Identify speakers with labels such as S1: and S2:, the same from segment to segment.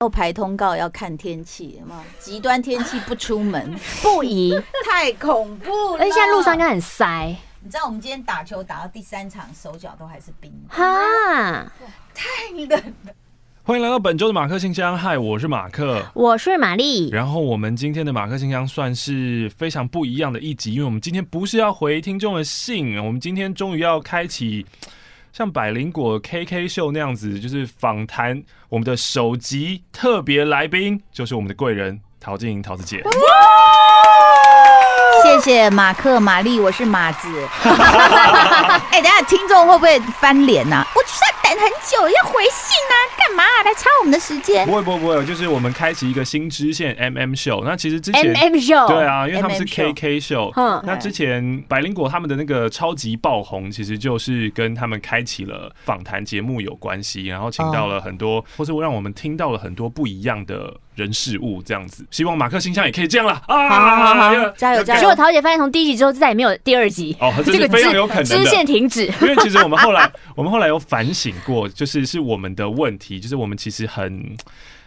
S1: 要排通告要看天气，有没有极端天气不出门不 宜， 太恐怖了。
S2: 而且现在路上应，该很塞，
S1: 你知道我们今天打球打到第三场，手脚都还是冰的，
S2: 哈。
S1: 太冷了。
S3: 欢迎来到本周的马克信箱，嗨，我是马克。
S2: 我是玛丽，
S3: 然后我们今天的马克信箱算是非常不一样的一集，因为我们今天不是要回听众的信，我们今天终于要开启像百灵果 KK 秀那样子，就是访谈我们的首集特别来宾，就是我们的贵人陶晶莹桃子
S2: 哦
S3: 姐。
S1: 谢谢马克、玛丽，我是马 子。哎、等一下听众会不会翻脸呐、我就是要等很久，要回信啊，干嘛、啊、来掐我们的时间
S3: 不？会不会不会，就是我们开启一个新支线 MM 秀。那其实之前
S2: M M 秀，
S3: 对，啊，因为他们是
S1: MM show
S3: KK 秀。
S2: 嗯
S3: 那之前百灵果他们的那个超级爆红，其实就是跟他们开启了访谈节目有关系，然后请到了很
S1: 哦
S3: 多，或是让我们听到了很多不一样的人事物，这样子。希望马克形象也可以这样了啊！
S1: 好好好好
S3: 要
S1: 加油
S3: 要
S1: 加油
S2: 结果桃姐发现从第一集之后再也没有第二集，
S3: 哦，这是非常有可能的。
S2: 支线停止。
S3: 因为其实我们后来，我们后来有反省过，就是是我们的问题，就是我们其实很。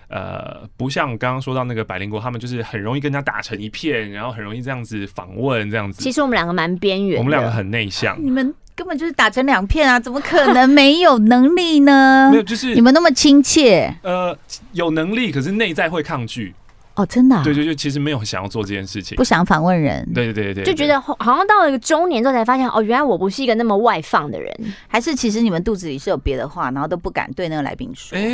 S3: 呃，不像我刚刚说到那个百灵国，他们就是很容易跟人家打成一片，然后很容易这样子访问，这样子
S2: 其。实我嗯们两个蛮边缘，
S3: 我们两个，很内向，
S1: 你们根本就是打成两片啊，怎么可能没有能力呢
S3: 没？有就是
S1: 你们那么亲切
S3: 呃有能力，可是内在会抗拒。
S1: 哦，真的啊、
S3: 对对对，其实没有想要做这件事情
S1: 不。想访问人，
S3: 对对对对，
S2: 就觉得好好像到了一个中年之后才发现，哦，原来我不是一个那么外放的 人。
S1: 还是其实你们肚子里是有别的话，然后都不敢对那个来宾说，
S3: 哎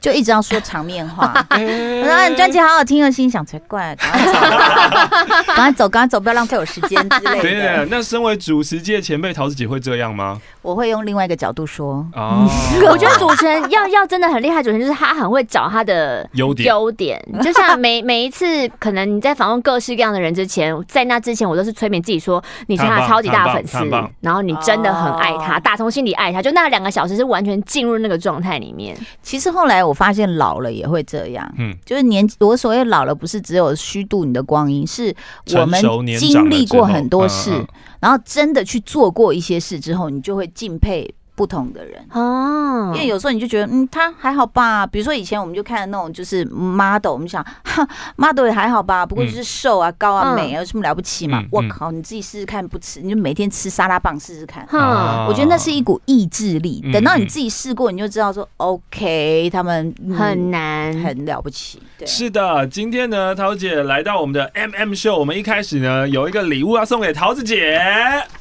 S1: 就一直要说场面话。 我说啊
S3: 哎
S1: 你专辑好好听哦，心想才怪，赶快走，赶快 走，赶快走，不要浪费我时间之
S3: 对
S1: 类
S3: 对对
S1: 的。，
S3: 那身为主持界前辈桃子姐会这 样吗？
S1: 我会用另外一个角度说，
S3: 啊，
S2: 我觉得主持人要要真的很厉害，主持人就是他很会找他的
S3: 优点
S2: 优 点，就像每每一次可能你在访问各式各样的人之前，在那之前我都是催眠自己说你是他的超级大粉丝
S3: 看棒看棒，
S2: 然后你真的很爱他，
S1: 哦
S2: 打从心里爱他，就那两个小时是完全进入那个状态里面。
S1: 其实后来我发现老了也会这样，
S3: 嗯
S1: 嗯，就是年纪我所谓老了，不是只有虚度你的光阴，是我们
S3: 成熟年长
S1: 经
S3: 了
S1: 历过
S3: 之后
S1: 很多
S3: 嗯
S1: 事，
S3: 嗯
S1: 然后真的去做过一些事之后，你就会敬佩不同的人。
S2: 哦
S1: 因为有时候你就觉得，嗯，他还好吧。比如说以前我们就看那种就是 model，我们想哈 model 也还好吧，不过就是瘦啊、高啊、
S2: 嗯
S1: 美啊，有什么了不起嘛
S3: 嗯？
S1: 我
S3: 嗯
S1: 靠，你自己试试看，不吃你就每天吃沙拉棒试试看。
S2: 哼，
S3: 啊
S1: 我觉得那是一股意志力
S3: 嗯，
S1: 等到你
S3: 嗯
S1: 自己试过，你就知道说，OK，他们嗯
S2: 很难，
S1: 很了不起，对，啊
S3: 是的，今天呢，桃姐来到我们的 M、MM、M 秀，我们一开始呢有一个礼物要送给桃子姐，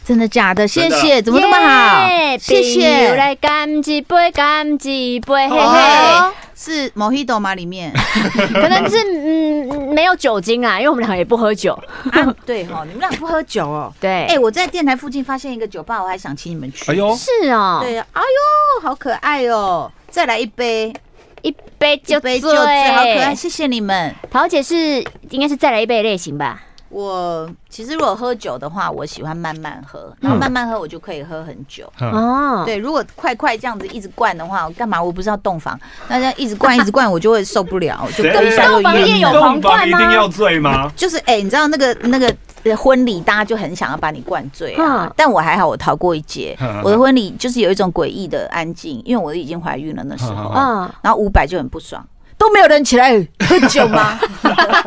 S1: 真的假的？谢
S3: 真的
S1: 谢，怎么那么好？
S2: 耶
S1: 谢
S2: 朋友
S1: 谢。
S2: 来干几杯，干几杯，嘿嘿。
S1: 哦，是 Mojito 吗？里 面
S2: 可能是嗯没有酒精啊，因为我们两个也不喝酒。
S1: 啊，对哈，你们俩不喝酒哦。
S2: 对，
S1: 哎，我在电台附近发现一个酒吧，我还想请你们去。
S3: 哎呦，
S2: 是哦，
S1: 对呀，哎呦，好可爱哦！再来一杯，
S2: 一杯
S1: 一
S2: 就
S1: 杯
S2: 醉，
S1: 就醉，好可爱，谢谢你们。
S2: 桃姐是应该是再来一杯类型吧？
S1: 我其实如果喝酒的话，我喜欢慢慢喝，然后慢慢喝我就可以喝很久。
S3: 嗯
S2: 哦，
S1: 对，如果快快这样子一直灌的话，我干嘛？我不是要洞房，那这样一直灌一直灌，我就会受不了，我就
S3: 谁
S1: 更下就
S2: 洞房
S1: 晕
S2: 夜有
S1: 了。
S2: 皇
S3: 洞
S2: 冠吗
S3: 房一定要醉吗？
S1: 就是哎、你知道那个那个呃婚礼，大家就很想要把你灌醉啊
S2: 嗯。
S1: 但我还好，我逃过一劫
S3: 嗯嗯嗯。
S1: 我的婚礼就是有一种诡异的安静，因为我已经怀孕了那时
S3: 嗯嗯
S1: 候
S3: 嗯。
S2: 嗯，
S1: 然后伍佰就很不爽，都没有人起来喝酒吗？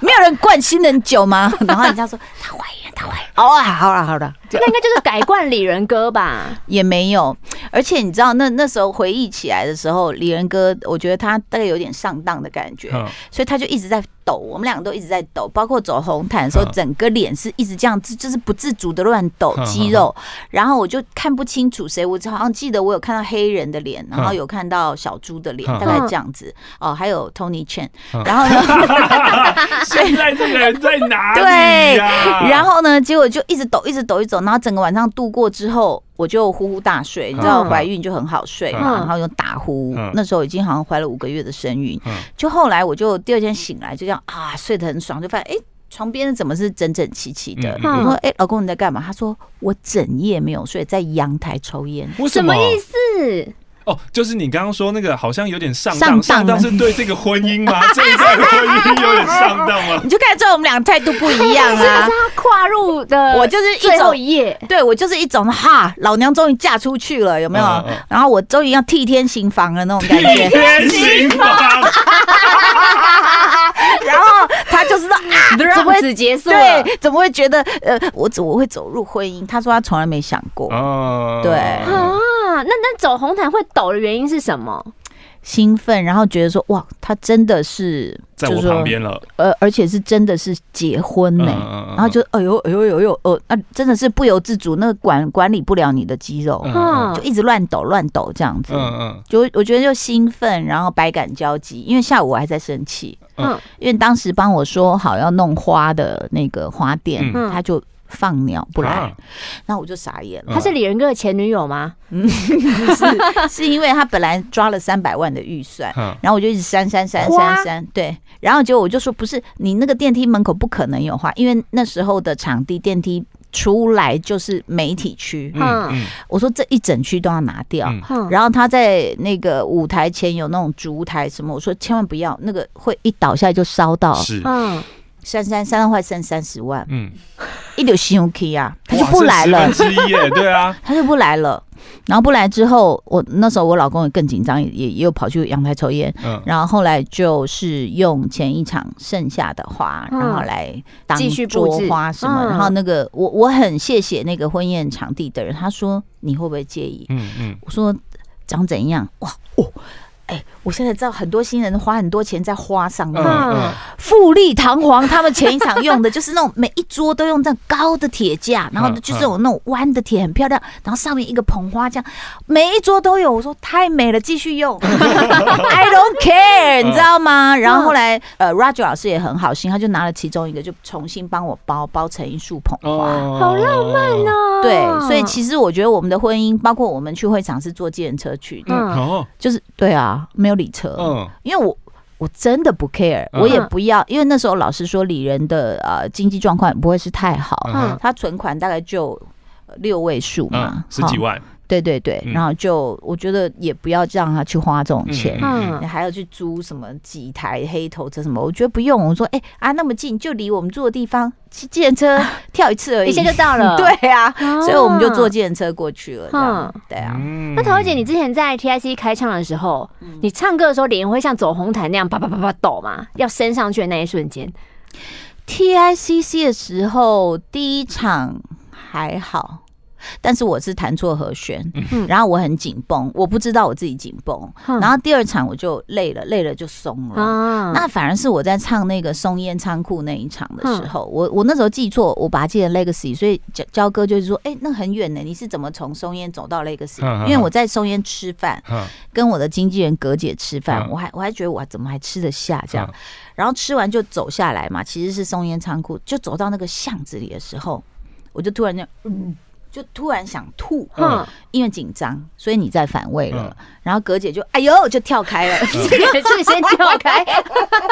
S1: 没有人灌新人酒吗？然后人家说他怀孕，他怀孕，好啊，好了，好了，就
S2: 那应该就是改冠李仁哥 吧？
S1: 也没有。而且你知道，那那时候回忆起来的时候，李仁哥，我觉得他大概有点上当的感觉，
S3: 嗯
S1: 所以他就一直在抖，我们两个都一直在抖，包括走红毯的时候
S3: 嗯，
S1: 整个脸是一直这样，子，就是不自主的乱抖
S3: 嗯
S1: 肌肉，然后我就看不清楚谁，我只好像记得我有看到黑人的脸，然后有看到小猪的脸，
S3: 嗯
S1: 大概这样子哦，还有 Tony Chen，
S3: 嗯
S1: 然后呢，
S3: 现在这个人在哪里
S1: 对
S3: 呀、
S1: 然后呢，结果就一直抖，一直抖，一直抖，然后整个晚上度过之后。我就呼呼大睡，你知道
S2: 嗯
S1: 怀孕就很好睡嘛，
S2: 嗯
S1: 然后就打呼
S3: 嗯，
S1: 那时候已经好像怀了五个月的身孕，
S3: 嗯
S1: 就后来我就第二天醒来就这样啊，睡得很爽，就发现哎、诶床边怎么是整整齐齐的？
S3: 嗯
S2: 嗯
S1: 我说哎、诶老公你在干嘛？他说我整夜没有睡，在阳台抽烟。
S3: 为
S2: 什
S3: 什
S2: 么
S3: 么？
S2: 意思？
S3: 哦，就是你刚刚说那个，好像有点上
S1: 上
S3: 当，
S1: 当
S3: 上当
S1: 了
S3: 是对这个婚姻 吗？这一段婚姻有点上当 吗？
S1: 你就看得出来我们俩态度不一样
S2: 是不
S1: 啊
S2: 是！他跨入的？
S1: 我就是一
S2: 最后
S1: 种，
S2: 一页，
S1: 对我就是一种哈，老娘终于嫁出去了，有没有？
S3: 嗯嗯嗯
S1: 然后我终于要替天行房了那种感觉。
S3: 天行吧，
S1: 啊会
S2: 此结束了。
S3: 啊
S1: 对，怎么会觉得呃，我怎么会走入婚姻？他说他从来没想过，
S3: 啊
S1: 对
S2: 啊，那那走红毯会抖的原因是什么？
S1: 兴奋，然后觉得说哇，他真的是
S3: 在我旁，边了，
S1: 就是说呃，而且是真的是结婚呢、
S3: 嗯
S1: 然后就哎呦哎呦哎呦哎呦，呃，那、真的是不由自主，那个管管理不了你的肌肉，
S2: 嗯
S1: 就，一直乱抖乱抖这样子。
S3: 嗯
S1: 就我觉得就兴奋，然后百感交集，因为下午我还在生气，
S2: 嗯
S1: 因为当时帮我说好要弄花的那个花店，
S2: 嗯
S1: 他就放鸟不来，
S3: 啊
S1: 那我就傻眼了。
S2: 她是李仁哥的前女友吗？
S1: 是是因为他本来抓了三百万的预算，
S3: 嗯
S1: 然后我就一直删删删
S2: 花
S1: 删删，对，然后结果我就说不是你那个电梯门口不可能有花，因为那时候的场地电梯出来就是媒体区，
S3: 嗯嗯
S1: 我说这一整区都要拿掉。
S3: 嗯
S2: 哼，
S1: 然后他在那个舞台前有那种烛台什么，我说千万不要，那个会一倒下来就烧到，
S3: 是
S2: 嗯，
S1: 删删删到快剩三十万，
S3: 嗯，
S1: 一丢信用 K 啊，他就
S3: 哇
S1: 不来了
S3: 这，十分之一耶，对 啊，
S1: 他就不来了。然后不来之后，我那时候我老公也更紧张，也也也有跑去阳台抽烟。
S3: 嗯
S1: 然后后来就是用前一场剩下的花，
S2: 嗯
S1: 然后来当
S2: 继续布
S1: 桌
S2: 置
S1: 花什么。
S2: 嗯
S1: 然后那个我我很谢谢那个婚宴场地的人，他说你会不会介意？
S3: 嗯嗯
S1: 我说长怎样？哇哦！哎，我现在知道很多新人花很多钱在花上面，
S3: 嗯
S1: 富丽堂皇。他们前一场用的就是那种每一桌都用这样高的铁架，然后
S3: 嗯
S1: 就是有那种弯的铁，很漂亮，然后上面一个捧花这样，每一桌都有。我说太美了，继续 用 ，I don't care，你知
S3: 啊
S1: 道吗？然后后来呃，Roger 老师也很好心，他就拿了其中一个，就重新帮我包包成一束捧花。
S3: 哦
S2: 好浪漫
S1: 啊
S2: 哦。
S1: 对，所以其实我觉得我们的婚姻，包括我们去会场是坐计程车去的，
S2: 嗯
S3: 哦，
S1: 就是对啊，没有理车，
S3: 嗯
S1: 因为我我真的不 care，、
S3: 嗯
S1: 我也不要，因为那时候老师说李仁的呃经济状况也不会是太好，
S3: 嗯
S2: 嗯
S1: 他存款大概就。呃六位数嘛
S3: 嗯，，十几
S1: 哈，
S3: 万，
S1: 对对对，
S3: 嗯
S1: 然后就我觉得也不要让他去花这种钱，
S2: 嗯
S1: 你还要去租什么几台黑头车什么，我觉得不用。我说，哎、啊，那么近，就离我们住的地方，骑自行车跳一次而已，
S2: 一下就到了。
S1: 嗯 对啊，
S3: 哦
S2: 啊，
S1: 所以我们就坐自行车过去了，这样，
S2: 嗯
S1: 对啊，
S3: 嗯
S2: 那桃姐，你之前在 TIC 开唱的时候，
S1: 嗯
S2: 你唱歌的时候脸会像走红毯那样啪啪啪啪抖吗？要升上去的那一瞬间，
S1: TICC 的时候，第一场还好，但是我是弹错和弦，
S2: 嗯
S1: 然后我很紧绷，我不知道我自己紧绷，
S2: 哼
S1: 然后第二场我就累了，累了就松了。
S2: 啊
S1: 那反而是我在唱那个松烟仓库那一场的时
S2: 嗯
S1: 候，我我那时候记错，我把它记成 Legacy，所以焦焦哥就是说，哎、那很远呢，你是怎么从松烟走到 Legacy？、
S3: 嗯嗯嗯
S1: 因为我在松烟吃饭，
S3: 嗯
S1: 跟我的经纪人葛姐吃饭，
S3: 嗯
S1: 我还我还觉得我怎么还吃得下这样，
S3: 嗯
S1: 然后吃完就走下来嘛，其实是松烟仓库，就走到那个巷子里的时候，我就突然就嗯，哦就突然想吐，
S2: 哼，
S1: 因为紧张，所以你在反胃了，
S3: 嗯
S1: 然后葛姐就哎呦就跳开了，
S2: 这个这个先跳开，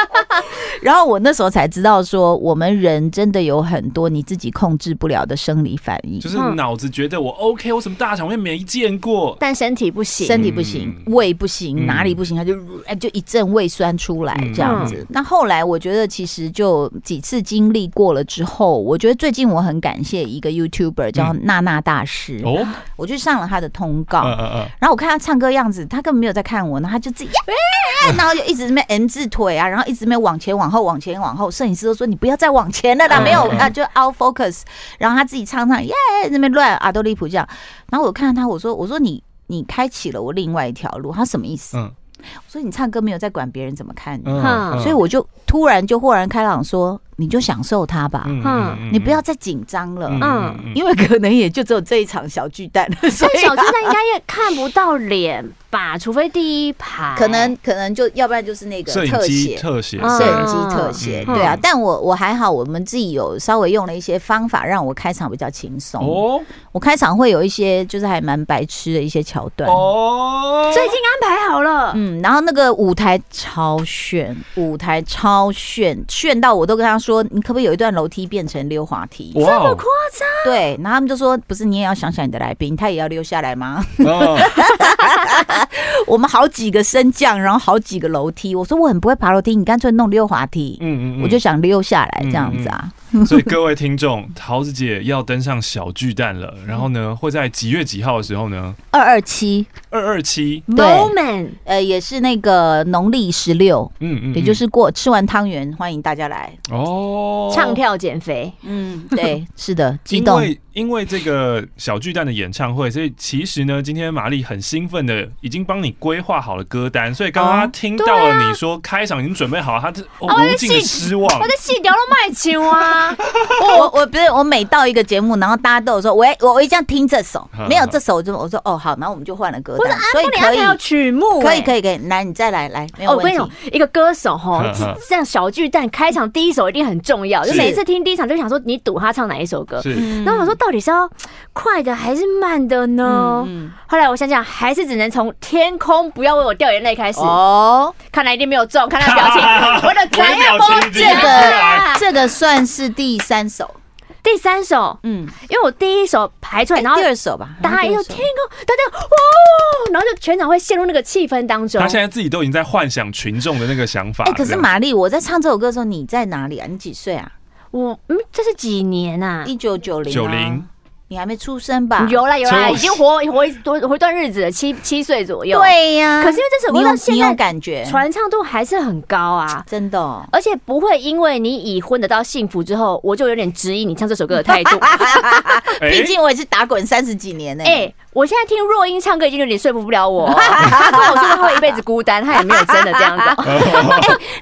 S1: 然后我那时候才知道说，我们人真的有很多你自己控制不了的生理反应，
S3: 就是脑子觉得我 OK，我什么大场面没见过，
S2: 但身体不行。
S1: 身体不行，
S3: 嗯
S1: 胃不行，
S3: 嗯
S1: 哪里不行，他就哎就一阵胃酸出来
S3: 嗯
S1: 这样子。那后来我觉得其实就几次经历过了之后，我觉得最近我很感谢一个 YouTuber 叫娜娜大师，
S3: 嗯哦，
S1: 我去上了他的通告。
S3: 嗯嗯
S1: 然后我看他唱歌样子，他根本没有在看我，然后他就 自己，哎哎哎然后就一直在那边 M 字腿啊，然后一直在那边往前往后往前往后，摄影师都说你不要再往前了啦，
S3: 嗯
S1: 没有
S3: 嗯
S1: 啊，就 out focus，然后他自己唱唱耶，那边乱啊阿多利普这样，然后我看他，我说我说你你开启了我另外一条路，他什么意思？
S3: 嗯
S1: 我说你唱歌没有在管别人怎么看你，
S3: 嗯嗯，
S1: 所以我就突然就豁然开朗说，你就享受它
S3: 嗯
S1: 吧，嗯你不要再紧张了。因为可能也就只有这一场小巨 蛋，所
S2: 但
S1: 以
S2: 小
S1: 啊
S2: 巨蛋应该也看不到脸吧，除非第一排。
S1: 可能可能就要不然就是那个
S3: 摄影
S1: 特
S3: 机
S1: 写。
S3: 特写，
S2: 嗯
S1: 摄影机特写，
S2: 嗯
S1: 对啊
S3: 嗯，
S1: 但我我还好，我们自己有稍微用了一些方法，让我开场比较轻松。
S3: 哦
S1: 我开场会有一些就是还蛮白痴的一些桥段，
S3: 哦，
S2: 这已经安排好了。
S1: 嗯，然后那个舞台超炫，舞台超炫，炫到我都跟他说，你可不可以有一段楼梯变成溜滑梯？
S3: 哇哦，
S1: 对，然后他们就说，不是你也要想想你的来宾，他也要溜下来吗？
S3: 哦
S1: 我们好几个升降，然后好几个楼梯，我说我很不会爬楼梯，你干脆弄溜滑梯。
S3: 嗯嗯嗯，嗯
S1: 我就想溜下来这样子啊，
S3: 所以各位听众，桃子姐要登上小巨蛋了。然后呢，会在几月几号的时候呢？
S1: 二二七，
S3: 二二七，
S1: 对
S2: Moment，
S1: 呃，也是那个农历十六，
S3: 嗯嗯，
S1: 也就是过吃完汤圆，欢迎大家来。
S3: 嗯哦，
S2: 唱跳减肥，
S1: 嗯， 对，是的，激
S3: 因
S1: 动。
S3: 为哦因为这个小巨蛋的演唱会，所以其实呢，今天玛丽很兴奋的已经帮你规划好了歌单，所以刚刚她听到了你说开场已经准备 好了，她这哦
S2: 啊我
S3: 无尽的
S2: 信
S3: 失望，
S2: 我。的戏条都卖球啊！
S1: 哦我我不是我每到一个节目，然后大家都有说，喂，我我一定要听这首没有这首我就我说哦好，然后我们就换了歌
S2: 我说
S1: 单
S2: 啊，，
S1: 所以
S2: 不能
S1: 可以
S2: 安排有曲目，
S1: 可以
S2: 以。
S1: 可以可以，来你再来来，没有
S2: 欸哦，我跟
S1: 问
S2: 你讲
S1: 题。，
S2: 一个歌手吼
S3: 呵呵，
S2: 这样小巨蛋开场第一首一定很重要，就是每次听第一场就想说你赌他唱哪一首歌。
S3: 是，
S1: 嗯
S2: 然后我说到底是要快的还是慢的呢？
S1: 嗯
S2: 后来我想想，还是只能从《天空不要为我掉眼泪》开始。
S1: 哦，
S2: 看来一定没有中，看他表 情，我的才要崩
S3: 我的表情已经
S1: 这
S3: 这个
S1: 个这个算是第三首，
S2: 第三首，
S1: 嗯，
S2: 因为我第一首排出来，
S1: 哎
S2: 然后
S1: 第二首吧，
S2: 大家
S1: 第
S2: 又
S1: 二首
S2: 天空，大家哇，然后就全场会陷入那个气氛当中
S3: 她。现在自己都已经在幻想群众的那个想法。
S1: 哎，可是
S3: 这样
S1: 玛丽，我在唱这首歌的时候，你在哪里啊？你几岁啊？
S2: 我嗯，这是几年啊？
S1: 一九九零
S3: 90，
S1: 你还没出生吧？
S2: 有啦有啦，
S3: 从
S2: 已经活活一多活一段日子了，七七岁左右。，
S1: 对呀，
S2: 可是因为这首
S1: 你
S2: 歌
S1: 有
S2: 到现
S1: 你有
S2: 在
S1: 感觉，
S2: 传唱度还是很高啊。
S1: 真的哦。
S2: 而且不会因为你已婚得到幸福之后，我就有点质疑你唱这首歌的 态度。
S3: 哎
S1: 毕竟我也是打滚三十几年呢、
S2: 哎、我现在听若英唱歌已经有点说服不 了我、他跟我说他会一辈子孤单，他也没有真的这样子 哦、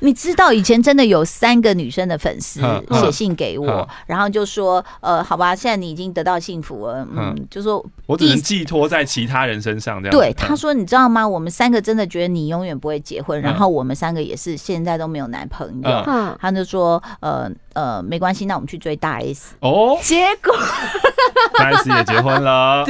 S1: 你知道以前真的有三个女生的粉丝
S3: 嗯
S1: 写信给我
S3: 嗯，
S1: 然后就说，呃，好吧，现在你已经得到幸福了，
S3: 嗯
S1: 嗯，就说，
S3: 我只能寄托在其他人身上，这样子。
S1: 对，
S3: 嗯
S1: 他说，你知道吗？我们三个真的觉得你永远不会结婚，
S3: 嗯
S1: 然后我们三个也是现在都没有男朋
S3: 嗯
S1: 友，
S2: 嗯，
S1: 他就说，呃呃，没关系，那我们去追大 S，
S3: 哦，
S2: 结果
S3: 大 S 也结婚了，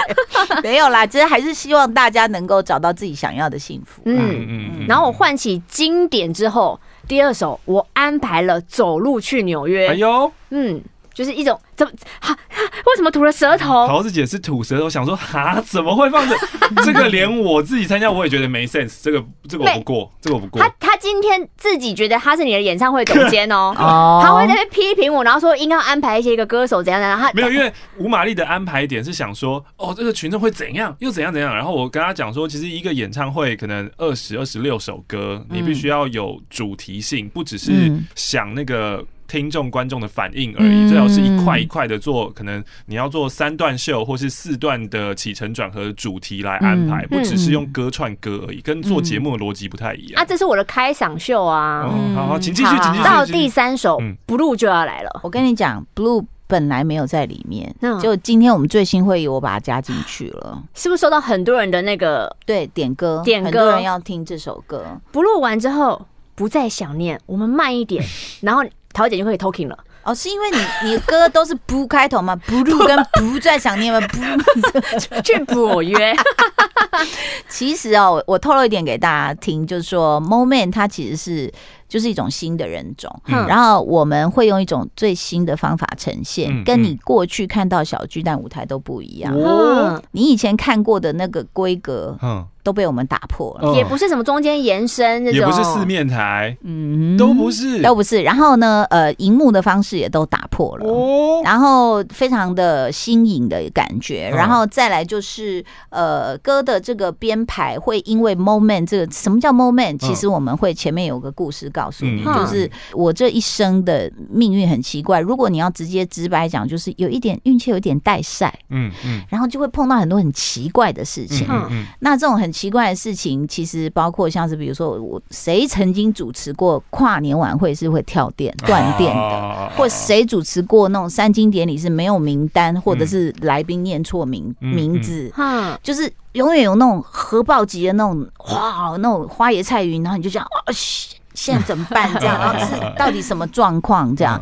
S1: 没有啦，其实还是希望大家能够找到自己想要的幸福。。
S2: 嗯，
S3: 嗯
S2: 然后我唤起经典之后，第二首我安排了《走路去纽约
S3: 哎》呦，
S2: 嗯，就是一种怎么哈、哈为什么吐了舌头？
S3: 桃子姐是吐舌头，想说哈，怎么会放着这 个？连我自己参加我也觉得没 sense，这个这个我不过，这个我不过
S2: 他。他今天自己觉得他是你的演唱会总监哦
S1: 哦
S2: 他会在那边批评我，然后说应该要安排一些一个歌手怎样怎样。他
S3: 没有，因为吴玛丽的安排点是想说，哦，这个群众会怎样，又怎样怎样。然后我跟她讲说，其实一个演唱会可能二十二十六首歌，你必须要有主题性，不只是
S1: 嗯
S3: 想那个听众观众的反应而已，
S1: 嗯
S3: 最好是一块一块的做。可能你要做三段秀或是四段的起承转合的主题来安排，
S2: 嗯
S3: 不只是用歌串歌
S1: 嗯
S3: 而已，跟做节目的逻辑不太一样
S2: 啊，。这是我的开场秀啊。
S1: 嗯
S3: 哦，好好，请继续，
S1: 好
S3: 请继续。
S2: 到
S3: 请继
S2: 第
S3: 续
S2: 三首
S3: 嗯
S2: 《Blue》就要来了，
S1: 我跟你讲，Blue 本来没有在里面，
S2: 嗯
S1: 就今天我们最新会议我把它加进去 了。
S2: 是不是收到很多人的那个
S1: 对，点歌，
S2: 点
S1: 很
S2: 歌
S1: 多人要听这首歌
S2: Blue 完之后不再想念，我们慢一 点，然后桃姐就可以 talking 了。
S1: 哦，是因为你你的歌都是 blue 开头嘛，blue 跟不再想念嘛，blue。
S2: 去纽 约，
S1: 其实哦，我我透露一点给大家听，就是说 moment 它其实是就是一种新的人种，
S3: 嗯
S1: 然后我们会用一种最新的方法呈现，
S3: 嗯
S1: 跟你过去看到小巨蛋舞台都不一样。
S3: 哦
S2: 嗯，
S1: 你以前看过的那个规格
S3: 嗯，
S1: 都被我们打破了。
S3: 嗯
S2: 也不是什么中间延伸那种，
S3: 也不是四面台，
S1: 嗯
S3: 都不是，哦
S1: 都不是。然后呢，呃，荧幕的方式也都打破了。
S3: 哦，
S1: 然后非常的新颖的感觉，
S3: 嗯
S1: 然后再来就是呃歌的这个编排会因为 moment 这个什么叫 moment？其实我们会前面有个故事告诉你，
S3: 嗯
S1: 就是我这一生的命运很奇怪。如果你要直接直白讲，就是有一点运气有一点带晒，
S3: 嗯嗯
S1: 然后就会碰到很多很奇怪的事情。
S3: 嗯嗯
S1: 那这种很奇怪的事情，其实包括像是比如说我谁曾经主持过跨年晚会是会跳电
S3: 啊
S1: 断电的。
S3: 的
S1: 或谁主持过那种三金典礼是没有名单，或者是来宾念错名、
S3: 嗯
S1: 名字，
S2: 哈，
S1: 就是永远有那种核爆级的那种哇，哦那种花椰菜云，然后你就这样哦，嘘现在怎么办？这 样，然后是到底什么状况？这
S3: 嗯
S1: 样，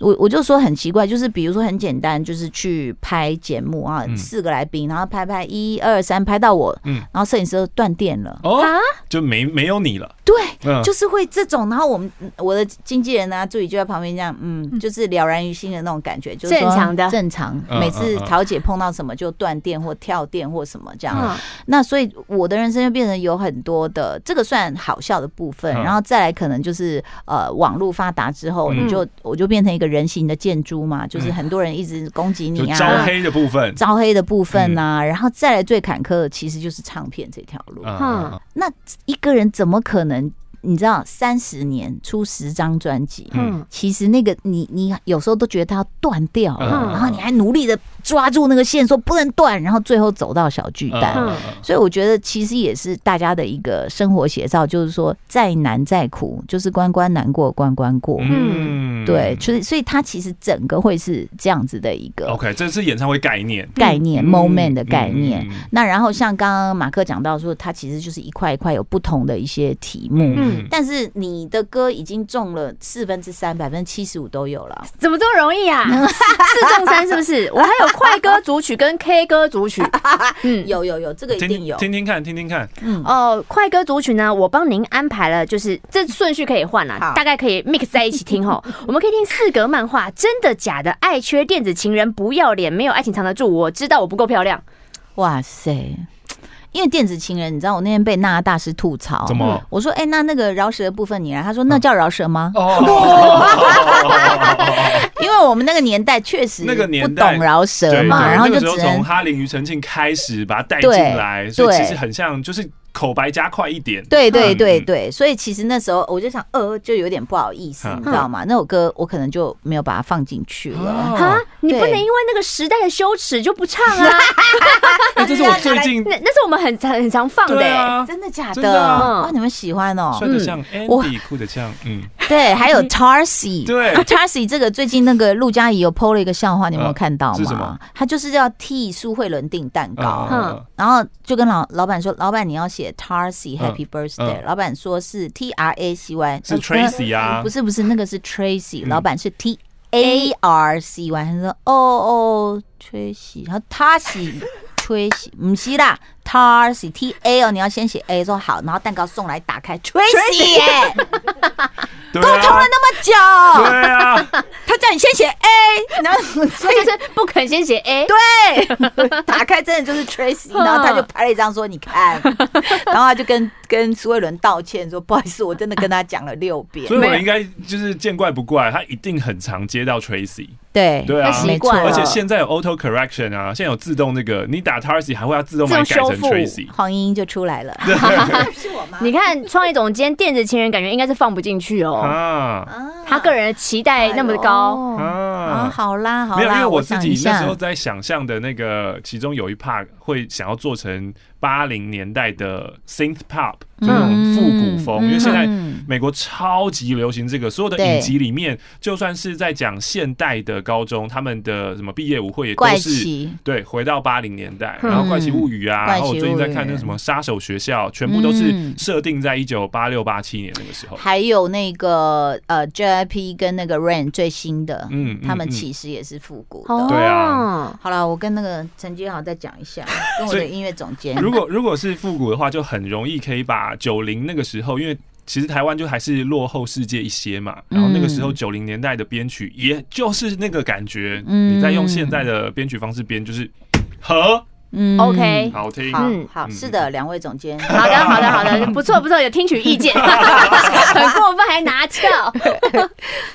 S1: 我我就说很奇怪，就是比如说很简单，就是去拍节目啊
S3: 嗯，
S1: 四个来宾，然后拍拍一二三，拍到我，
S3: 嗯
S1: 然后摄影师都断电了，
S3: 哦
S2: 啊，
S3: 就没没有你了，
S1: 对，
S3: 嗯，
S1: 就是会这种，然后我们我的经纪人啊，助理就在旁边这样，嗯，就是了然于心的那种感觉，就是说
S2: 正常的
S1: 正常。
S3: 嗯
S1: 每次
S3: 嗯嗯
S1: 桃姐碰到什么就断电或跳电或什么这样，
S2: 嗯，
S1: 那所以我的人生就变成有很多的这个算好笑的部分，
S3: 嗯
S1: 然后再来可能就是呃网络发达之后，
S3: 嗯
S1: 你就我就变成一个人形的建筑嘛，就是
S3: 嗯
S1: 很多人一直攻击
S3: 就
S1: 你
S3: 招
S1: 啊，
S3: 黑的嗯部分。
S1: 招黑的部分啊，然后再来最坎坷的其实就是唱片这条路。
S3: 嗯
S1: 那一个人怎么可能？你知道，三十年出十张专辑，
S3: 嗯
S2: 嗯
S1: 其实那个你你有时候都觉得它要断掉了，
S3: 嗯
S1: 然后你还努力的抓住那个线，说不能断，然后最后走到小巨蛋。
S2: 嗯
S1: 所以我觉得其实也是大家的一个生活写照，就是说再难再苦，就是关关难过关关过。
S3: 嗯
S1: 对，所以所以它其实整个会是这样子的一个
S3: ，OK，这是演唱会概念，
S1: 概念、
S3: 哦嗯
S1: moment 的概念。，
S3: 嗯
S1: 那然后像刚刚马克讲到说，它其实就是一块一块有不同的一些题目。
S2: 嗯
S1: 但是你的歌已经中了四分之三，百分之七十五都有了。
S2: 怎么这么容易啊？
S1: 嗯
S2: 四中三是不是？我还有快歌组曲跟 K 歌 组曲，嗯。
S1: 有有有，这个一
S3: 听
S1: 定有。
S3: 听听看，听听看，
S1: 嗯，
S2: 哦，快歌组曲呢，我帮您安排了，就是这顺序可以换
S1: 好
S2: 啦，大概可以 mix 在一起听 吼。我们可以听四格漫画，真的假的？爱缺电子情人不要脸，没有爱情藏得住。我知道我不够漂亮，
S1: 哇塞！因为电子情人，你知道我那天被娜娜大师吐槽，
S3: 怎么？嗯
S1: 我说：“哎、那那个饶舌的部分你来。”他说：“那叫饶舌吗？”
S3: 哦，
S1: 因为我们那个年代确实
S3: 那个年
S1: 不
S3: 代
S1: 懂饶舌嘛，然后
S3: 那
S1: 就
S3: 个时候
S1: 只
S3: 从
S1: 能
S3: 哈林、庾澄庆开始把它带进来，所以其实很像，就是口白加快一点。
S1: 对对
S3: 嗯
S1: 对对，所以其实那时候我就想，呃，就有点不好意思，
S3: 嗯
S1: 你知道吗？那首歌我可能就没有把它放进去
S3: 啊
S1: 了。
S2: 哈，你
S1: 哦对
S2: 不能因为那个时代的羞耻就不唱 啊！
S3: 哎，这是我最近
S2: 那那是我们很很常放的
S3: 对
S2: 欸，
S3: 啊，
S1: 真的假
S3: 真的
S1: 的？
S3: 啊
S1: 哇，你们喜欢哦？
S3: 帅的像
S1: 我
S3: Andy，酷的像，嗯，
S1: 对，还有 Tarsi。
S3: 对
S1: Tarsi 啊这个最近那个陆佳怡有 PO 了一个笑话，你有没有
S3: 嗯
S1: 看到
S3: 是什
S1: 吗
S3: 么？
S1: 他就是要替苏慧伦订蛋糕，
S3: 嗯
S1: 然后就跟老老板说：“老板，你要写 Tarsi Happy Birthday。
S3: 嗯
S1: 老板说是 T R A C Y，
S3: 是 Tracy 啊
S1: 呃不是不是，那个是 Tracy，、
S3: 嗯
S1: 老板是 T A R C Y。他说：“哦哦，Tracy，然后 Tarsi。” Tracy，不是啦，Tarsi T A 哦，你要先写 A 说好，然后蛋糕送来打开，Tracy 耶，
S3: 对
S1: 沟通了
S3: 啊，
S1: 那么久，
S3: 对啊，
S1: 他叫你先写 A，然后你
S2: 他就是不肯 先写 A，
S1: 啊对，打开真的就是 Tracy，然后他就拍了一张说你看，然后他就跟跟苏慧伦道歉说不好意思，我真的跟他讲了六遍
S3: 所，以我们应该就是见怪不怪，他一定很常接到 Tracy，
S1: 对
S3: 对啊他
S2: 习惯了
S3: 而且现在有 auto correction 啊，现在有自动那个，你打 Tarsi 还会要自动帮你改成
S2: 自动修复
S3: Tracy，
S1: 黄莺莺就出来了，是我吗
S2: 你看创意总监电子情人感觉应该是放不进去哦，
S3: 啊
S2: 他个人的期待那么高，
S1: 啊，
S3: 啊。
S1: 好啦好啦，
S3: 没有，因为我自
S1: 想一
S3: 己那
S1: 下
S3: 时候在想象的那个，其中有一 part 会想要做成八零年代的 synth pop，就是那
S1: 嗯
S3: 种复古风，因为现在美国超级流行这个，所有的
S1: 对
S3: 影集里面，就算是在讲现代的高中，他们的什么毕业舞会也都
S1: 怪
S3: 是哦
S1: 奇，
S3: 对，回到八零年代，然后《怪奇物语》啊，
S1: 嗯怪
S3: 然
S1: 奇
S3: 后我最近在看那个什么《杀手学校》，全部都是
S1: 嗯
S3: 设定在一九八六八七年那个时候。
S1: 还有那个呃 JYP 跟那个 Rain 最新的，
S3: 嗯嗯
S1: 他们
S3: 嗯
S1: 其实也是复古的。
S2: 哦
S3: 对啊，
S1: 好了，我跟那个陈君豪再讲一 下，跟我
S3: 所
S1: 的
S3: 以
S1: 音乐总监。
S3: 嗯如果如果是复古的话，就很容易可以把九零那个时候，因为其实台湾就还是落后世界一些嘛，
S1: 嗯
S3: 然后那个时候九零年代的编曲，也就是那个感觉，
S1: 嗯
S3: 你再用现在的编曲方式编，就是和
S1: 嗯
S2: OK
S3: 好听。
S1: 好
S2: 嗯
S1: 好，
S3: 嗯
S1: 是的，两位总监。
S2: 好的，好的， 好的，不错，不错，有听取意见，很过分，还拿翘。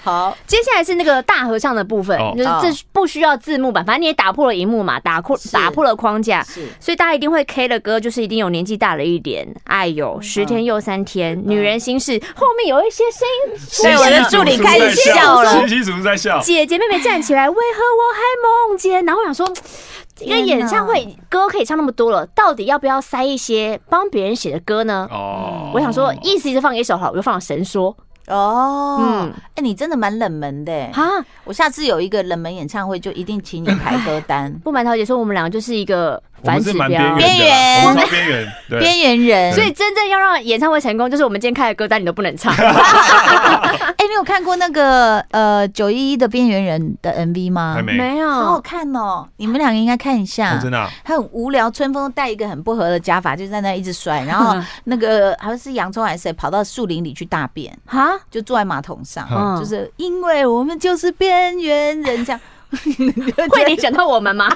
S1: 好，
S2: 接下来是那个大合唱的部分
S3: 哦，
S2: 就是这不需要字幕版，反正你也打破了荧幕嘛，打破
S1: 是
S2: 打破了框架，
S1: 是
S2: 所以大家一定会 K 的歌，就是一定有年纪大了一点。哎呦，十天又三天，女人心事后面有一些声音，
S1: 对我的助理开始笑了
S3: 稀稀疏疏 在笑。
S2: 姐姐妹妹站起来，为何我还梦见？然后我想说。一个演唱会歌可以唱那么多了，到底要不要塞一些帮别人写的歌呢？
S3: 哦，
S2: 我想说，意思意思放一首好，我就放《神说
S1: 哦
S2: 嗯，
S1: 哎，你真的蛮冷门的》。欸
S2: 哈。。
S1: 我下次有一个冷门演唱会，就一定请你排歌单
S2: 不瞒桃姐说，我们两个就是一个
S3: 我
S2: 反
S3: 们是
S2: 指
S3: 蛮
S2: 标
S3: 边缘，
S1: 指标边缘
S3: 的啦，我们超边 缘， 对，
S1: 边缘人，
S2: 所以真正要让演唱会成功，就是我们今天开的歌单你都不能唱。
S1: 哎，你有看过那个呃九一一的边缘人的 MV 吗
S3: 还？ 没，
S1: 好好
S2: 有，
S1: 看哦，你们两个应该看一
S3: 哦
S1: 下。
S3: 真的啊，
S1: 他很无聊，春风戴一个很不合的假发，就在那一直甩，然 后那个好像是洋葱还是谁跑到树林里去大便，
S2: 哈，
S1: 就坐在马桶上，
S2: 嗯
S1: 就是因为我们就是边缘人 这样。
S2: 会联想到我们吗？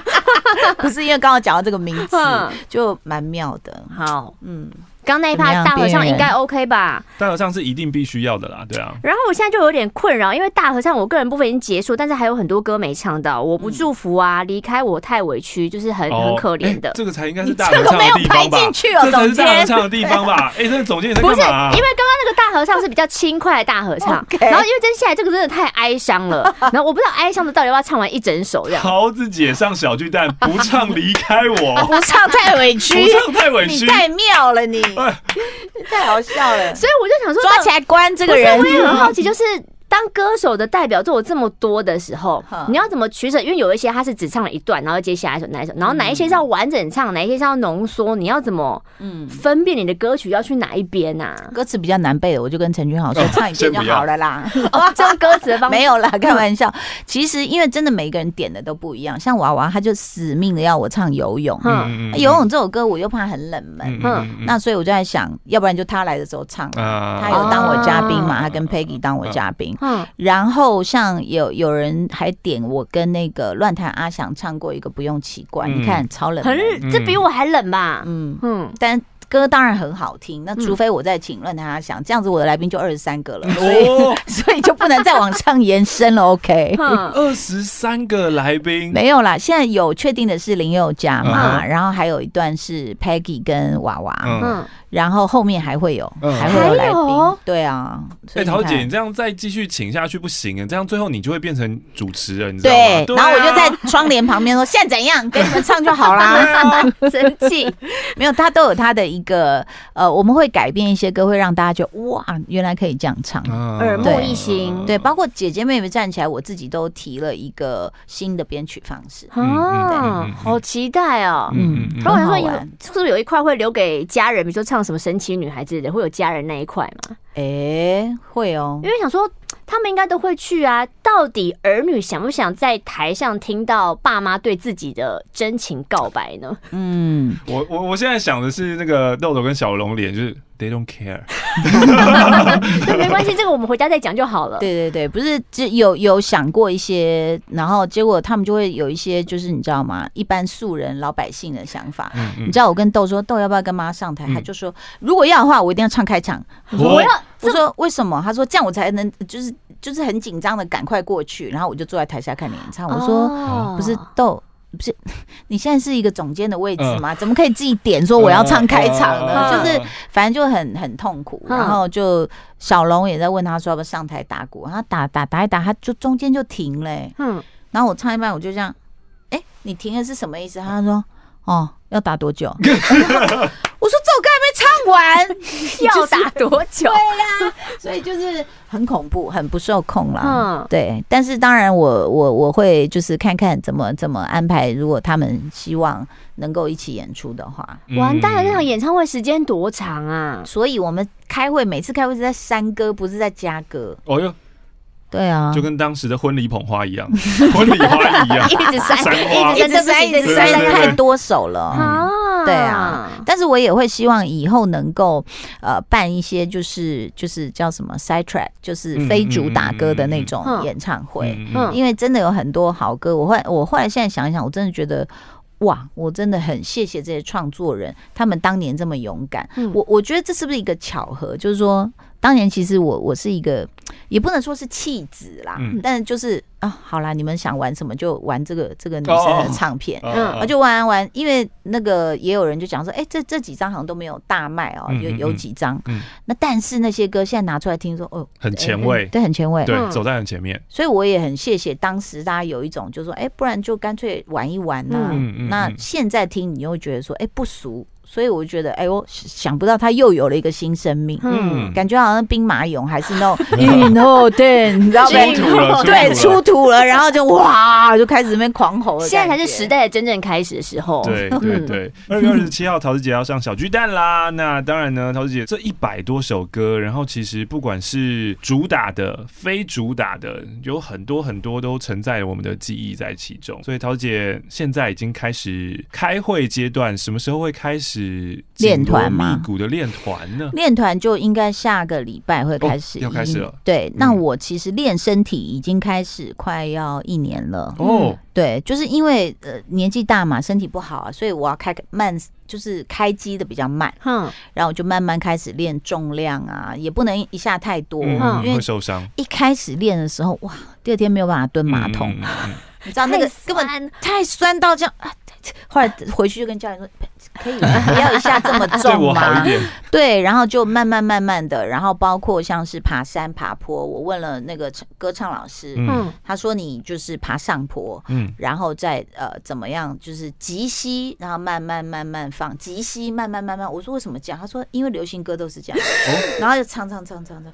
S1: 不是因为刚刚讲到这个名字
S2: 嗯，
S1: 就蛮妙的。
S2: 好，
S1: 嗯，
S2: 刚那一
S1: 怎么
S2: 趴
S1: 样
S2: 大合唱
S1: 边缘
S2: 应该 OK 吧？
S3: 大合唱是一定必须要的啦，对啊，
S2: 然后我现在就有点困扰，因为大合唱我个人部分已经结束，但是还有很多歌没唱到。我不祝福啊，离开我太委屈，就是很很
S3: 哦
S2: 可怜的
S3: 哎。这个才应该
S1: 你
S3: 是大
S1: 这
S3: 合
S1: 个
S3: 唱
S1: 没
S3: 的
S1: 有
S3: 地
S1: 拍
S3: 方吧？
S1: 进去哦
S3: 这才是
S1: 总
S3: 大合
S1: 监
S3: 唱的地方 吧？哎，这个总监也在
S2: 不
S3: 干
S2: 是，
S3: 嘛
S2: 因为
S3: 啊？
S2: 刚刚那个大合唱是比较轻快的大合唱
S1: OK
S2: 然后因为接下来这个真的太哀伤了，然后我不知道哀伤的到底要不要唱完一整首这样。
S3: 桃子姐上小巨 蛋，不唱离开我，
S1: 不唱太委屈，
S3: 不唱太委
S1: 你
S3: 屈。
S1: 太妙了你，
S3: 哎
S1: 太好笑了。
S2: 所以我就想说，
S1: 抓起来关这个人
S2: 不，是，我也很好奇，就是当歌手的代表作有这么多的时候
S1: 哼，
S2: 你要怎么取舍？因为有一些他是只唱了一段，然后接下来一首哪一首，然后哪一些是要完整唱，哪一些是要浓缩，你要怎么
S1: 嗯，
S2: 分辨你的歌曲要去哪一边 啊？
S1: 歌词比较难背的，我就跟陈君豪
S3: 哦
S1: 说唱一遍就好了啦。
S2: 哦，这样歌词的方
S1: 没有啦，开玩笑。其实因为真的每个人点的都不一样，像娃娃他就死命的要我唱游泳，
S2: 嗯
S1: 游泳这首歌我又怕很冷门，
S3: 嗯
S1: 那所以我就在想，要不然就他来的时候唱。
S3: 啊
S1: 他有当我嘉宾嘛？
S2: 哦
S1: 他跟 Peggy 当我嘉宾，
S2: 嗯，
S1: 然后像有有人还点我跟那个乱弹阿翔唱过一个不用奇怪，
S3: 嗯
S1: 你看超冷门，
S2: 很这比我还冷吧？
S1: 嗯，
S2: 嗯，
S1: 但歌当然很好听，那
S2: 嗯
S1: 除非我再请乱弹阿翔，这样子我的来宾就二十三个了，所以
S3: 哦，
S1: 所以就不能再往上延伸了。OK，
S2: 哼
S3: 二十三个来宾，
S1: 没有啦，现在有确定的是林宥嘉嘛，
S2: 嗯
S1: 然后还有一段是 Peggy 跟娃娃，
S3: 嗯
S2: 嗯，
S1: 然后后面还会有，
S3: 嗯
S1: 还会有来
S2: 还有
S1: 宾，对啊，所
S3: 哎，
S1: 以你
S3: 桃
S1: 看
S3: 子姐，你这样再继续请下去不行啊！这样最后你就会变成主持人，你知道吗
S1: 对？，然后我就
S3: 对啊
S1: 在窗帘旁边说：“现在怎样？给你们唱就好 啦。
S2: 啊，生气，
S1: 没有，他都有他的一个呃，我们会改变一些歌，会让大家觉得哇，原来可以这样唱。
S3: 嗯
S2: 耳目
S1: 对
S2: 一新
S1: 对，包括姐姐妹妹站起来，我自己都提了一个新的编曲方式。
S2: 啊，好期待哦。
S3: 嗯嗯
S1: 嗯，
S3: 嗯
S2: 然后我
S1: 很
S2: 想
S1: 好
S2: 说有
S1: 玩。
S2: 是不是有一块会留给家人，比如说唱什么神奇女孩之类的，会有家人那一块嘛？
S1: 哎，会哦
S2: 因。为想说他们应该都会去啊。到底儿女想不想在台上听到爸妈对自己的真情告白呢？
S1: 嗯，
S3: 我我我现在想的是那个豆豆跟小龙脸，就是 they don't care，
S2: 那没关系，这个我们回家再讲就好了。
S1: 对对对，不是，就有有想过一些，然后结果他们就会有一些，就是你知道吗？一般素人老百姓的想法。
S3: 嗯
S1: 你知道我跟豆说，豆要不要跟妈上台？
S3: 嗯
S1: 他就说，如果要的话，我一定要唱开场。
S2: 我要
S1: 我说为什么？他说这样我才能，就是就是很紧张的赶快过去，然后我就坐在台下看你演唱。我说
S2: 哦
S1: 不是豆。不是， 你现在是一个总监的位置吗？怎么可以自己点说我
S3: 哦
S1: 要唱开场呢？
S2: 嗯嗯嗯嗯
S1: 就是反正就很很痛苦。
S2: 嗯
S1: 然后就小龙也在问他说要不要上台打鼓，然后他打打打一打，他就中间就停嘞、
S2: 嗯，
S1: 然后我唱一半我就这样，哎、你停的是什么意思？他说哦，要打多久？我说这首歌还没唱完，
S2: 要打多久？
S1: 所以就是很恐怖，很不受控啦。
S2: 嗯，
S1: 对，但是当然我我我会就是看看怎么怎么安排，如果他们希望能够一起演出的话，
S3: 嗯
S2: 嗯完蛋了，那场演唱会时间多长啊？
S1: 所以我们开会每次开会是在删歌，不是在加歌。
S3: 哦哟，
S1: 对啊
S3: 就，跟当时的婚礼捧花一样， 婚礼花一 样
S2: 一，直塞，
S3: 三花
S2: 一直塞，一
S1: 一直
S2: 直
S3: 删
S1: 删，
S3: 对对嗯对
S2: 塞。
S1: 太多首了。
S2: 啊
S1: 嗯对啊，但是我也会希望以后能够呃办一些就是就是叫什么 side track，就是非主打歌的那种
S2: 嗯嗯嗯嗯
S1: 演唱会。
S3: 嗯
S2: 嗯
S1: 因为真的有很多好歌。我后来我后来现在想一想，我真的觉得。哇！我真的很谢谢这些创作人，他们当年这么勇敢。
S2: 嗯
S1: 我我觉得这是不是一个巧合？就是说，当年其实我我是一个，也不能说是弃子啦，
S3: 嗯
S1: 但就是啊，好啦，你们想玩什么就玩这个这个女生的
S3: 哦
S1: 唱片。
S3: 嗯
S1: 我就玩玩玩，因为那个也有人就讲说，哎、这这几张好像都没有大卖哦，
S3: 嗯
S1: 有
S3: 嗯
S1: 有
S3: 嗯
S1: 几张。
S3: 嗯
S1: 那但是那些歌现在拿出来听说，哦，
S3: 很前
S1: 哎
S3: 卫，
S1: 对，很前卫。
S3: 对，
S2: 嗯
S3: 走在很前面，
S1: 所以我也很谢谢当时大家有一种就是说，哎、不然就干脆玩一玩呐、
S3: 嗯嗯嗯
S1: 那现在听你又觉得说，哎、不俗，所以我觉得，哎、呦，想不到他又有了一个新生命。
S2: 嗯，
S1: 感觉好像兵马俑还是那种 in o 对，你知道
S3: 出
S1: 呗？
S3: 土嗯了，
S1: 对，
S3: 出土
S1: 出
S3: 了
S1: 土了，然后就哇，就开始那边狂吼
S3: 嗯
S1: 的感觉。
S2: 现在才是时代的真正开始的时
S1: 哦
S2: 候。嗯
S3: 对 对对，二月二十七号桃子姐要上小巨蛋啦。那当然呢，桃子姐这一百多首歌，然后其实不管是主打的、非主打的，有很多很多都承载了我们的记忆在其中。所以桃子姐现在已经开始开会阶段，什么时候会开始就是
S1: 练团吗
S3: 骨的练团呢？
S1: 练团就应该下个礼拜会开始、
S3: 哦要开始了。
S1: 对，那
S3: 嗯
S1: 我其实练身体已经开始快要一年了。
S3: 哦，
S1: 对，就是因为呃年纪大嘛，身体不好啊，所以我要开慢，就是开机的比较慢，
S2: 哼，
S1: 然后我就慢慢开始练重量啊，也不能一下太多，
S3: 嗯，
S1: 因
S3: 会
S1: 为
S3: 受伤。
S1: 一开始练的时候，哇，第二天没有办法蹲马桶，
S3: 嗯嗯嗯
S1: 你知道那个根本
S2: 本
S1: 太酸到这样。啊后来回去就跟教练说， 可以不要一下这么
S3: 嗯 对我
S1: 重
S3: 好一
S1: 吗？
S3: 点。
S1: 对，然后就慢慢慢慢的，然后包括像是爬山、爬坡，我问了那个唱歌唱老师，
S3: 嗯
S2: 嗯
S1: 他说你就是爬上坡，
S3: 嗯，
S1: 然后再呃怎么样，就是急吸，然后慢慢慢慢放，急吸，慢慢慢慢。我说为什么这样？他说因为流行歌都是这样，
S3: 哦
S1: 然后就唱唱唱唱唱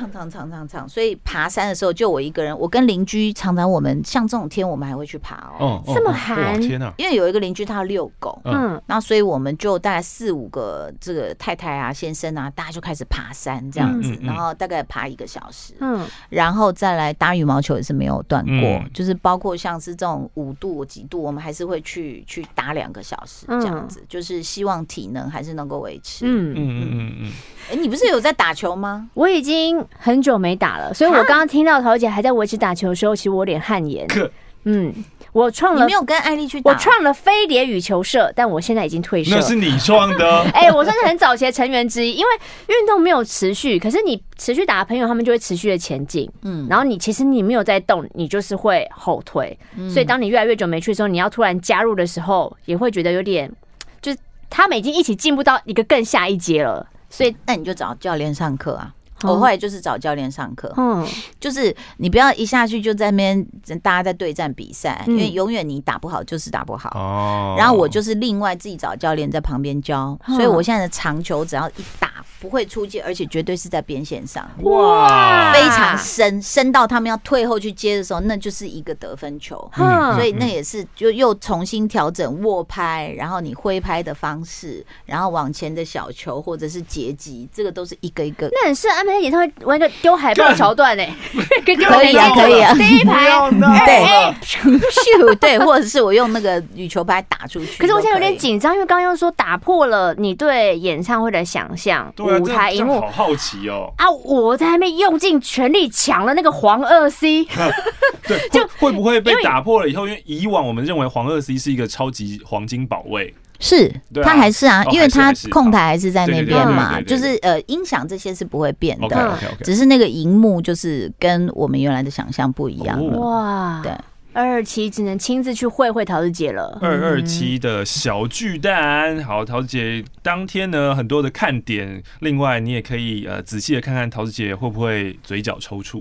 S1: 唱唱唱唱唱。所以爬山的时候就我一个人，我跟邻居常常我们像这种天我们还会去爬哦，
S3: 哦，哦
S2: 这么
S3: 哦
S2: 寒
S3: 哇天哪！
S1: 因为有一个邻居他要遛狗。
S3: 嗯，
S2: 嗯
S1: 然后，所以我们就大概四五个这个太太啊、先生啊，大家就开始爬山这样子
S3: 嗯，嗯嗯
S1: 然后大概爬一个小时，
S2: 嗯
S1: 然后再来打羽毛球也是没有断过，
S3: 嗯
S1: 就是包括像是这种五度几度，我们还是会去去打两个小时这样子，就是希望体能还是能够维持。嗯，
S2: 嗯，
S3: 嗯嗯嗯嗯，
S1: 你不是有在打球吗？
S2: 我已经很久没打了，所以我刚刚听到桃姐还在维持打球的时候，其实我有点汗颜
S3: 可。
S2: 嗯，我创
S1: 你
S2: 了
S1: 没，有跟艾丽去打？
S2: 我创了飞碟羽球社，但我现在已经退社
S3: 那
S2: 了。。
S3: 是你创的
S2: 哎、我算是很早期的成员之一，因为运动没有持续，可是你持续打的朋友，他们就会持续的前进。
S1: 嗯，
S2: 然后你其实你没有在动，你就是会后退。
S1: 嗯
S2: 所以当你越来越久没去的时候，你要突然加入的时候，也会觉得有点，就是他们已经一起进步到一个更下一阶了。所以，
S1: 那你就找教练上课啊。
S2: 哦
S1: 我后来就是找教练上课，
S2: 嗯
S1: 就是你不要一下去就在那边大家在对战比赛，
S2: 嗯
S1: 因为永远你打不好就是打不好。
S3: 哦
S1: 然后我就是另外自己找教练在旁边教，
S2: 嗯
S1: 所以我现在的长球只要一打不会出界，而且绝对是在边线上。
S3: 啊
S2: 哇
S1: 非常深，深到他们要退后去接的时候，那就是一个得分球。
S3: 嗯
S2: 哼，
S1: 所以那也是就又重新调整握拍，然后你挥拍的方式，然后往前的小球或者是截击，这个都是一个一个。
S2: 那很适合安排在演唱会玩一个丢海报桥段 呢、可
S1: 可以啊，可以啊，
S2: 第一
S3: 不
S2: 排。
S3: 要闹哎了，
S1: 咻，对，或者是我用那个羽球拍打出去。
S2: 可是我现在有点
S1: 紧。
S2: 紧张，因为刚刚又说打破了你对演唱会的想象，
S3: 对啊，
S2: 舞
S3: 这
S2: 台
S3: 这
S2: 荧幕
S3: 好好奇哦。
S2: 啊，我在那边用尽全力抢了那个黄 二 C，
S3: 对，就会不会被打破了以后？因为以往我们认为黄二 C 是一个超级黄金宝位，
S1: 是，
S3: 对啊
S1: 他还是啊，
S3: 哦
S1: 因为他
S3: 还是还是
S1: 控台还是在那边嘛，
S3: 对
S1: 就
S3: 对对对对
S1: 是呃，音响这些是不会
S2: 嗯
S1: 变
S3: OK
S1: 的，
S3: OK OK，
S1: 只是那个荧幕就是跟我们原来的想象不一样了。
S2: 哦哇，
S1: 对，
S2: 二期只能亲自去会会桃子姐 了。
S3: 二二七的小巨蛋，好，桃子姐当天呢很多的看点，另外你也可以呃仔细的看看桃子姐会不会嘴角抽搐，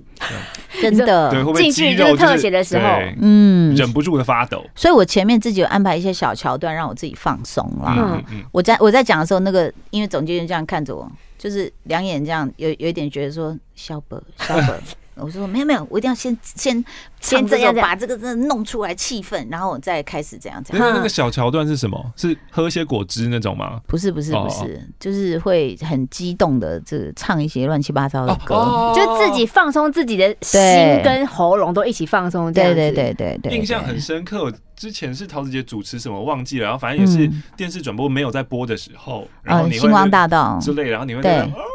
S1: 真
S3: 对，会
S1: 的，
S3: 不
S2: 嗯
S3: 会
S2: 进去
S3: 肌
S2: 就是
S3: 肉
S2: 特写的时候
S3: 对
S1: 嗯，
S3: 忍不住的发抖，
S1: 所以我前面自己有安排一些小桥段让我自己放松啦。
S3: 嗯嗯
S1: 我在我在讲的时候，那个因为总监就这样看着我，就是两眼这样，有有一点觉得说小本小 本。我说没有没有，我一定要先先
S2: 先
S1: 唱
S2: 这
S1: 这
S2: 样
S1: 个，
S2: 这样
S1: 把这个真的弄出来气氛，然后我再开始怎样怎
S2: 嗯
S3: 那
S1: 样。
S3: 那个小桥段是什么？是喝些果汁那种吗？
S1: 不是不是
S3: 哦
S1: 不是，就是会很激动的，这唱一些乱七八糟的
S2: 哦
S1: 歌。
S2: 就
S1: 哦
S2: 自己放松自己的心
S1: 对
S2: 跟喉咙都一起放松，这样
S1: 对
S2: 子
S1: 对对对对，
S3: 印象很深刻，之前是桃子姐主持什么忘记了，然后反正也是
S1: 嗯
S3: 电视转播没有在播的时候，然后
S1: 嗯，
S3: 你会
S1: 星光大道
S3: 之类，然后你会在那
S1: 对
S3: 啊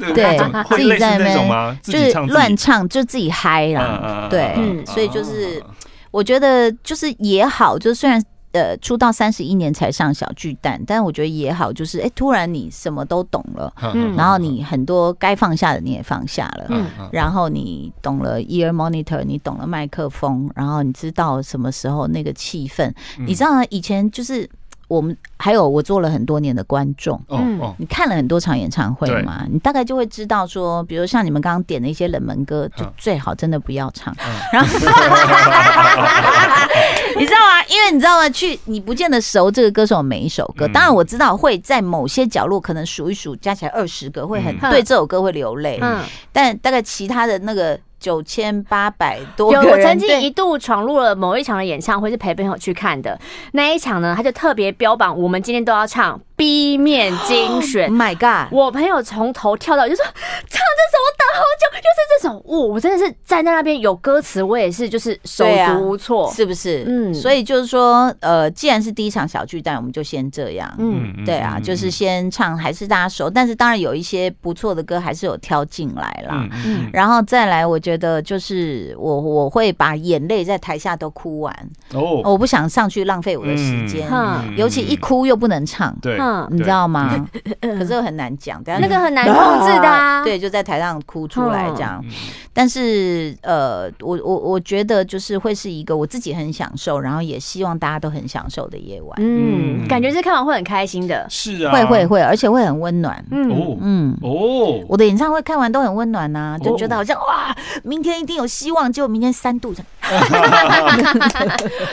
S3: 对
S1: 对
S3: 那种
S1: 自
S3: 会
S1: 己
S3: 类似
S1: 在那
S3: 那种
S1: 边
S3: 吗？自
S1: 就
S3: 己
S1: 是
S3: 唱自己
S1: 乱唱，就自己嗨啦。
S3: 啊
S1: 对
S2: 嗯
S1: 所以就是我觉得就是也好，就虽然。呃，出道三十一年才上小巨蛋，但我觉得也好，就是哎、突然你什么都懂了，
S2: 嗯
S1: 然后你很多该放下的你也放下了，
S2: 嗯
S1: 然后你懂了 ear monitor，你懂了麦克风，然后你知道什么时候那个气氛。
S2: 嗯
S1: 你知
S3: 道
S1: 道吗？以前就是我们还有我做了很多年的观众。
S3: 哦
S2: 嗯
S3: 哦
S1: 你看了很多场演唱会
S3: 对
S1: 嘛？你大概就会知道说，比如像你们刚刚点的一些冷门歌，就
S3: 嗯
S1: 最好真的不要唱。
S3: 嗯
S1: 然后， 你知道吗？因为你知道吗？去你不见得熟这个歌手每一首歌。
S3: 嗯
S1: 当然我知道会在某些角落可能数一数，加起来二十个，会很、
S2: 嗯
S1: 对这首歌会流泪。
S2: 嗯，
S1: 但大概其他的那个九千八百多
S2: 有
S1: 个人，
S2: 我曾经
S1: 对
S2: 一度闯入了某一场的演唱会，是陪朋友去看的那一场呢，他就特别标榜我们今天都要唱 B 面精选。
S1: My God，
S2: 我朋友从头跳到，就说唱这首我等好久，就是这首，悟，我真的是站在那边有歌词，我也是就是手
S1: 对啊
S2: 足无措。
S1: 是不是？
S2: 嗯
S1: 所以就是说，呃，既然是第一场小巨蛋，我们就先这样。
S2: 嗯，
S1: 对啊，就是先唱，还是大家熟，但是当然有一些不错的歌还是有挑进来啦。
S3: 嗯嗯
S1: 然后再来，我觉得就是我我会把眼泪在台下都哭完，
S3: 哦，
S1: 我不想上去浪费我的时间，
S2: 嗯
S1: 尤其一哭又不能唱，
S3: 对，
S2: 嗯呃
S1: 你知道吗？ 可是又很难讲，等下
S2: 那个很难控制的、啊，
S1: 对，就在台上哭出来这样。
S3: 嗯
S1: 但是呃，我我我觉得就是会是一个我自己很享受，然后也希望大家都很享受的夜晚，
S2: 嗯，
S3: 嗯
S2: 感觉是看完会很开心的，
S3: 是啊，
S1: 会会会，而且会很温暖。
S2: 嗯，
S3: 哦
S1: 嗯，
S3: 哦，
S1: 我的演唱会看完都很温暖呐、
S3: 哦
S1: 就觉得好像、哇，明天一定有希望，结果明天三度这样，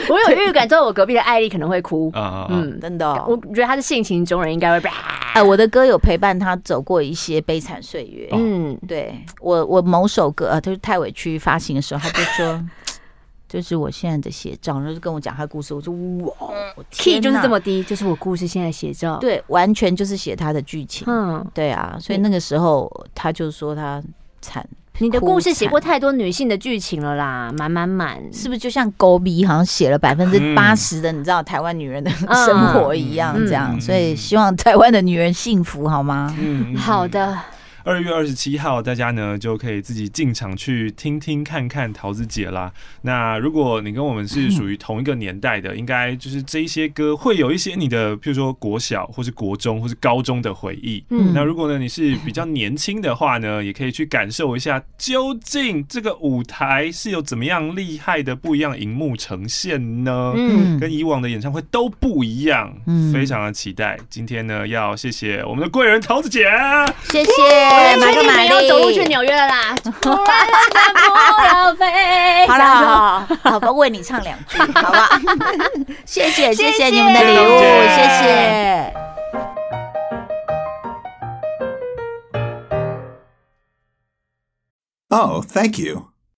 S2: 我有预感，之后我隔壁的艾丽可能会哭，
S3: 啊 啊，嗯
S2: 嗯，
S1: 真的哦、
S2: 我觉得她是性情中人，应该会，
S1: 哎，我的歌有陪伴他走过一些悲惨岁月。
S3: 哦
S2: 嗯，
S1: 对我，我某首歌，呃，就是太委屈发行的时候，他就说， 就是我现在的写照，然后就跟我讲他故事，我说哇，我
S2: 嗯 key
S1: 天
S2: 就是
S1: 哪
S2: 这么低，就是我故事现在写照。，
S1: 对，完全就是写他的剧情。
S2: 嗯，
S1: 对啊，所以那个时候他就说他惨，
S2: 你的故事写过
S1: 哭
S2: 太多女性的剧情了啦，满满满。
S1: 惨是不是就像狗逼，好像写了百分之八十的你知道台湾女人的
S2: 嗯
S1: 生活一样
S2: 嗯
S1: 这样，
S3: 嗯
S1: 所以希望台湾的女人幸福好吗？
S3: 嗯嗯
S2: 好的，
S3: 二月二十七号，大家呢就可以自己进场去听听看看桃子姐啦。那如果你跟我们是属于同一个年代的，应该就是这一些歌会有一些你的，譬如说国小或是国中或是高中的回忆。
S2: 嗯
S3: 那如果呢你是比较年轻的话呢，也可以去感受一下，究竟这个舞台是有怎么样厉害的不一样荧幕呈现呢？
S2: 嗯，
S3: 跟以往的演唱会都不一样，
S1: 嗯
S3: 非常的期待。今天呢，要谢谢我们的贵人桃子姐。
S1: 谢谢
S2: 哎确
S1: 马克
S2: 定
S1: 玛丽，
S2: 没有走路去纽约 了啦，突然间不要飞。
S1: 好
S2: 想说
S1: 了，好，好吧，为你唱两 句，好吧？谢谢，谢谢
S2: 谢
S1: 你们的礼物，谢
S3: 谢谢
S1: 谢。
S4: Oh, thank you.